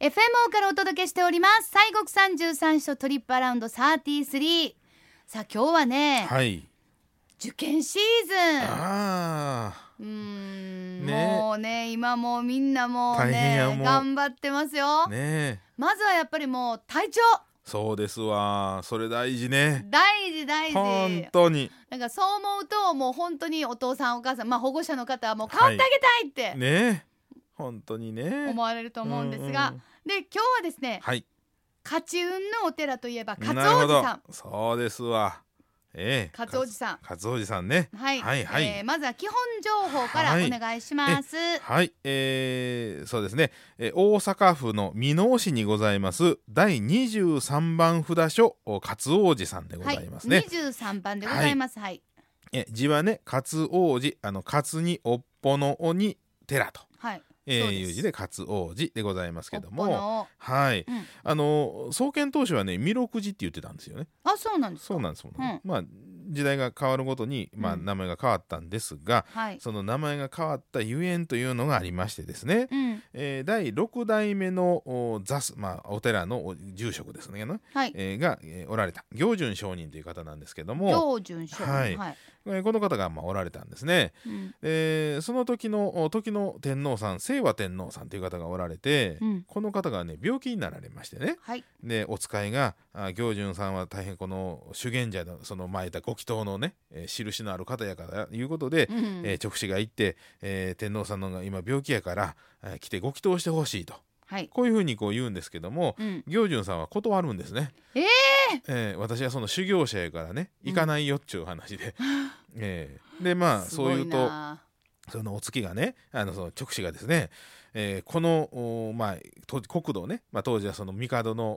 FMO からお届けしております西国三十三所トリップアラウンド33さあ今日はね、はい。受験シーああ。ズンうーん、ねもうね今もうみんなもう大変やねもう頑張ってますよ、ねえ。まずはやっぱりもう体調そうですわ。それ大事ね。大事大本事当に。なんかそう思うともう本当にお父さんお母さんまあ保護者の方はもう代わってあげたいってねえ。本当にね。思われると思うんですが、うんうんで今日はですねはい。勝ち運のお寺といえば勝なるほおじどさん。そうですわ。ええ。勝おじさん勝おじさんね。はい、はいはいえーまずは基本情報からはいお願いします。はい、えー、そうですね、えー大阪府の箕面市にございます第23番札所勝王寺さんでございますね、二十三番でございます。はい、え字はね勝王寺あの勝におっぽのおに寺と、はい、えそうー、ですいう字で勝王寺でございますけどおっぽものをはい、うんあの創建当初はね弥勒寺って言ってたんですよねあ、そうなんですか。そうなんですもん、うんまあ時代が変わるごとに、まあ、うん名前が変わったんですが、はい、その名前が変わったゆえんというのがありましてですね、うん、えー第6代目のお座す、まあ、お寺のお住職ですね、はい、えーが、えーおられた行順上人という方なんですけども、行順書。はいはい、えーこの方が、まあ、おられたんですね、うん、えーその時のお時の天皇さん清和天皇さんという方がおられて、うんこの方がね病気になられましてねはい、でお使いがあ行順さんは大変この修験者のその前だご祈祷のね、えー印のある方やからいうことで、うんえー直視が行って、えー天皇さんのが今病気やから、えー来てご祈祷してほしいとはい、こういうふうにこう言うんですけどもうん、行順さんは断るんですね。えーえー私はその修行者やからねうん行かないよっちゅう話で、 えーでまあすそごういうとなそのお月がねあのその直視がですね、えーこのおまあ、当時国土ね、まあ、当時はその帝の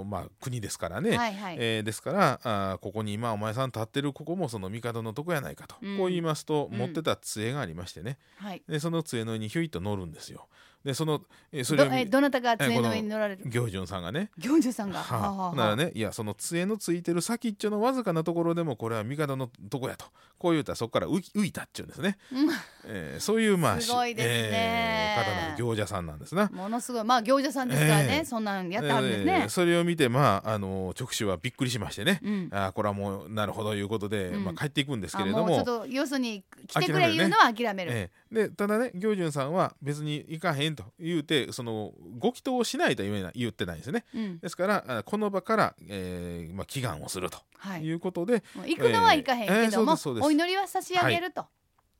おまあ、国ですからね、はい、はい、えーですからあーここに今お前さん立ってるここもその帝のとこやないかと、うんこう言いますと、うん持ってた杖がありましてねはい。でその杖の上にひゅいっと乗るんですよ。でその、えーそどれをえ見どなたが杖の上に乗られる行順さんがね行順さんが、ははああはあはあならねいやその杖のついてる先っちょのわずかなところでもこれは味方のとこやとこう言うたらそこから浮き浮いたっちゅうんですね、うえーそういうまあ すごいですね、しえー方の行者さんなんですなんものすごいまあ行者さんですからね、ええそんなんやってはるんですえねー、それを見てまあ、あの直視はびっくりしましてね、うんあーこれはもうなるほどいうことで、うんまあ、帰っていくんですけあれどもうちょっもとよそに来てく諦めれるねいうのは諦めるえーでただね行順さんは別に行かへんと言うてそのご祈祷をしないとは言えない言ってないんですねうんですからあーこの場から、えーまあ、祈願をするとはいいうことで、もう行くのは行かへんえけえええども、そうですそうですお祈りは差し上げると、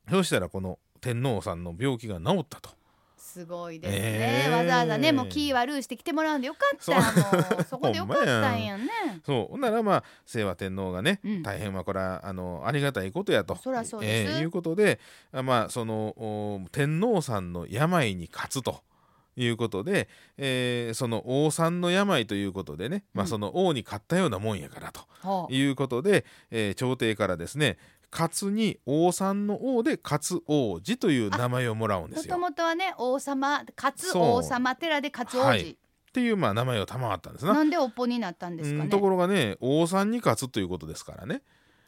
そうしたらこの天皇さんの病気が治ったと。すごいですね、ええわざわざねもう気悪うして来てもらうんでよかったもうそこでよかったんやね そうほんならまあ清和天皇がね、うん大変はこれはあのありがたいことやとそらそうですえーいうことであまあそのお天皇さんの病に勝つと。いうことで、えーその王さんの病ということでね、まうあ、んその王に勝ったようなもんやからとほういうことで、えー朝廷からですね勝に王さんの王で勝王子という名前をもらうんでもすとよ。っもとはね王様勝そう王様寺で勝王子、はいていうまあ名前を賜ったんですな。なんでおっぽになったんですかうねんところがね王さんに勝つということですからね、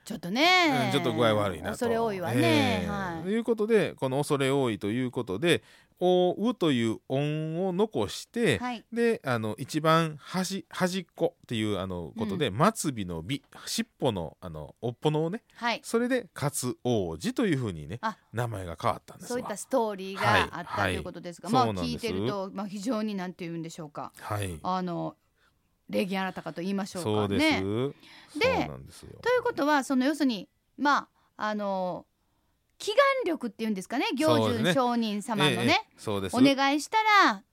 ちょっとね、うんちょっと具合悪いなと。恐れ多いわね、ええはいということでこの恐れ多いということで「おう」という音を残して、はいであの一番端端っこっていうあのことで、末尾の尾尻尾のあの尾っぽの尾ねはいそれで「勝王子」というふうにねあ名前が変わったんですそわういったストーリーがあったということですが、はいはいまあ聞いてると、まあ、非常になんて言うんでしょうかはいあの礼儀新たかと言いましょうかね。そうです、でそうなんですよということはその要するにまああの祈願力っていうんですかね行そうで順すね上人様のねええええそうですお願いしたら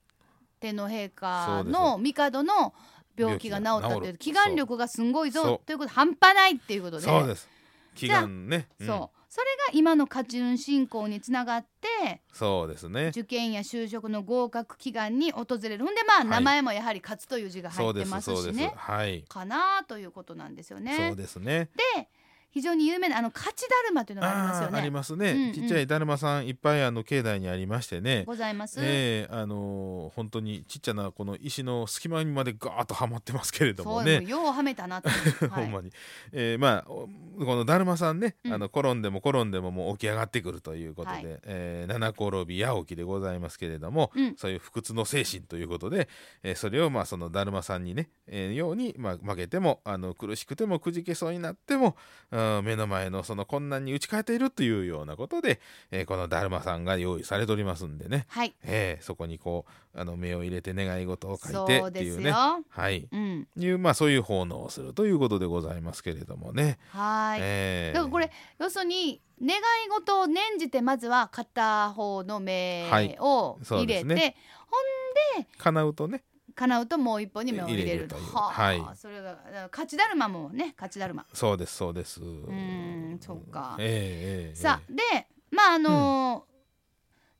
天皇陛下の帝の病気が治ったとい病気がう治祈願る力がすんごいそぞうということ半端ないっていうことでそうです祈じゃあ願ね、そうんうそれが今の家中信仰につながってそうですね受験や就職の合格祈願に訪れるほんでまあい名前もやはり「勝」という字が入そうってでますすそうしですねはいかなということなんですよね。そうですねで非常に有名なあの勝ちだるまというのがありますよあーありね。ますね、うんうんちっちゃいだるまさんいっぱいあの境内にありましてねございます。ええあのー本当にちっちゃなこの石の隙間にまでガーッとはまってますけれどそもうねもうようはめたなって。は ほんい、まに、えーまあおこのだるまさんね、うんあの転んでも転んでももう起き上がってくるということで、はいえー七転び八起きでございますけれども、うんそういう不屈の精神ということで、えーそれをまあそのだるまさんにね、えーように、まあ、負けてもあの苦しくてもくじけそうになってもうん目の前のその困難に打ち勝ているというようなことで、えーこのだるまさんが用意されておりますんでね、はい、えーそこにこうあの目を入れて願い事を書いてそうってでいすうね。よ。はい、うん、いうまあそういう奉納をするということでございますけれどもね。はい。えだーからこれ要するに願い事を念じてまずは片方の目はいをそう入でれすて、ね叶うとね、叶うともう一本に目を入れ入れるるというはあ、はいそれが勝ちだるまもね勝ちだるまそうですそうです。うんそうかえーえーえーさあでまああのー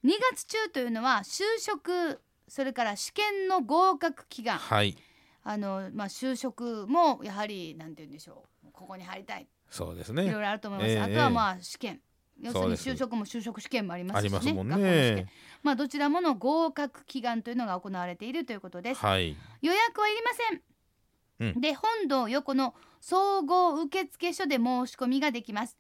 2月中というのは就職それから試験の合格祈願はい、あの、まあ、就職もやはりなんて言うんでしょうここに入りたいそうですいろね。いろあると思います、ええあとはまあ試験要するそうにです就職も就職試験もありますあしりねますもん学校の試験ね。まあどちらもの合格祈願というのが行われているということですはい、予約はいりません、うんで本堂横の総合受付所で申し込みができます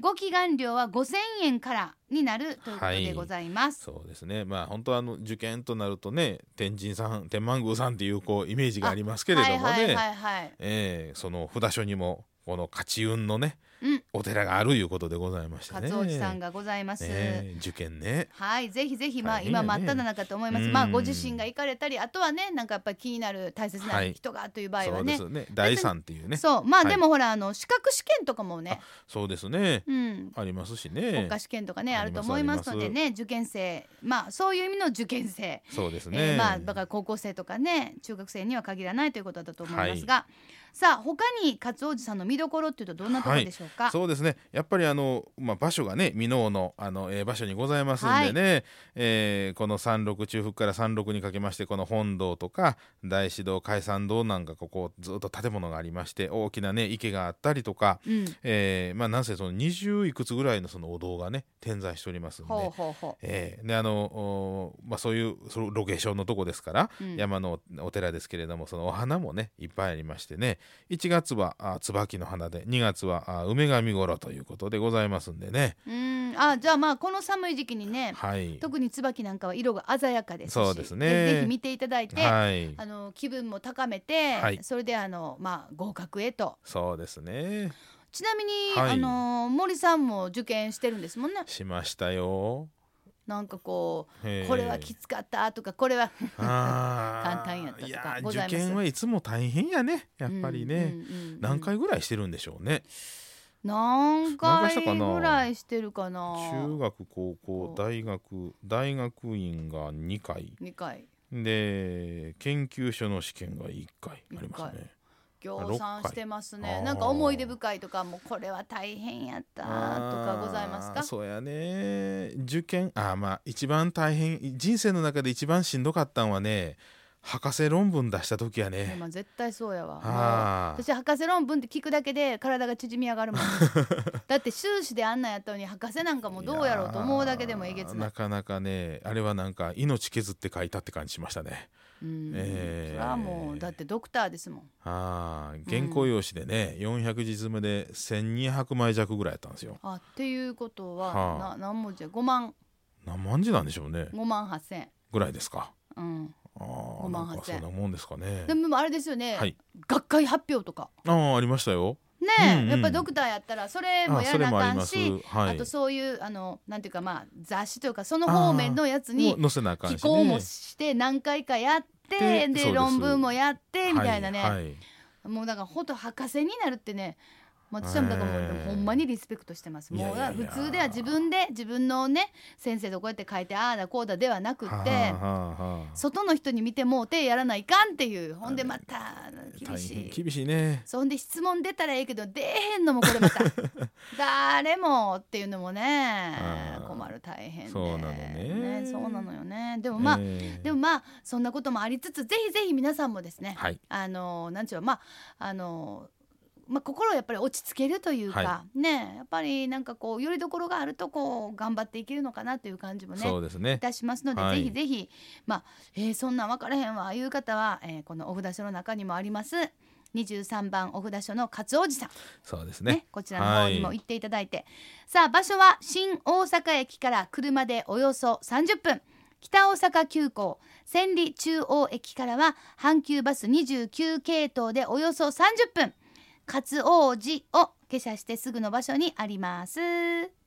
ご祈願料は5000円からになるということはでいございます、そうですね。まあ本当あの受験となるとね、天神さん、天満宮さんっていうこうイメージがありますけれどもね、はいはいはいはいえーその札所にもこの勝ち運のね、うんお寺があるいうことでございましてね。勝尾寺さんがございます、ね受験ね。はいぜひぜひまあ大変や今ね真っ只中と思います、うんまあご自身が行かれたりあとはねなんかやっぱり気になる大切なはい人がという場合そはうでね、すね。第三っていうね。そうまあはいでもほら、あの資格試験とかもね、そうですね。うん、ありますし国ね家。試験とかねあありるますと思いますのでね受験生まあそういう意味の受験生、そうですえね。ーまあだから高校生とかね中学生には限らないということだと思いますが、さあ他に勝王子さんの見どころっていうとどんなところでしょうか、そうですね。やっぱりあのまあ場所がね、箕面のあの、えー場所にございますんでね、えーこの三六中腹から三六にかけましてこの本堂とか大師堂、海山堂なんかここずっと建物がありまして大きなね池があったりとか、うん、えーまあなんせその二十いくつぐらいのそのお堂がね点在しておりますんほうで。ほうほえーであのおーまあ、そういうそのロケーションのとこですから、う、うん、山のお寺ですけれどもそのお花もねいっぱいありましてね1月はあ椿の花で2月はあ梅が見頃ということでございますんでねうんあじゃあまあこの寒い時期にねはい特に椿なんかは色が鮮やかですしそうですねぜひぜひ見ていただいて、はいあの気分も高めて、はいそれであのまあ合格へとそうですねちなみに、はいあの森さんも受験してるんですもんねしましたよなんかこうへーこれはきつかったとかこれはあ簡ー単やったとかいやーございま受す験はいつも大変やねやっぱりね、うんうんうんうん何回ぐらいしてるんでしょうね何何回したか回なぐらいしてるかな中学高校大学大学院が2回二回で研究所の試験が1回あります一ね協賛してますあ六ね回なんか思い出深いとかもこれは大変やったとかございますあかーそうやね受験あーまあ一番大変人生の中で一番しんどかったんはね博士論文出した時やねねまあ絶対そうやわあーもう私博士論文って聞くだけで体が縮み上が るもんだって修士であんなんやったのに博士なんかもうどうやろうと思うだけでもえげついやーないなかなかねあれはなんか命削って書いたって感じしましたねうんえーそれはもうだってドクターですもんあー原稿用紙でね、400字詰めで1200枚弱ぐらいやったんですよあっていうことは、はあな何文字や5万何万字なんでしょうね5万8千ぐらいですかうん、あ五ー万なんか八そ千んなもんですかねでもあれですよね、はい学会発表とかあーありましたよねえ、うんうんやっぱりドクターやったらそれもあやそれらなもああかりんますしあ,、はいとそういうあのなんていうかまあ雑誌というかその方面のやつにもう載せなあかんし、寄ね、稿もして何回かやってでそうでです論文もやってみたいなね、はいはいもうだからほんと博士になるってねまあ私はもうだからもうへえほんまにリスペクトしてます。もういやいやい普や通では自分で自分のね先生とこうやって書いてああだこうだではなくって。はあはあはあ外の人に見てもうてやらないかんっていうほんでまた厳大し変い厳しいねそんで質問出たらええけど出えへんのもこれま た誰もっていうのもねあー困る大変でそうなのねそうなのよねでもまあ、ええでもまあそんなこともありつつぜひぜひ皆さんもですねはいあのなんちゅうのまああのまあ、心をやっぱり落ち着けるというか、はねやっぱりなんかこうよりどころがあるとこう頑張っていけるのかなという感じもねそうですねい。たしますので、はいぜひぜひ、まあえーそんなん分からへんわいう方は、えーこのお札書の中にもあります23番お札書の勝おじさん、そうですねね。こちらの方にも行っていただいて、さあ場所は新大阪駅から車でおよそ30分北大阪急行千里中央駅からは阪急バス29系統でおよそ30分勝王寺を下車してすぐの場所にあります。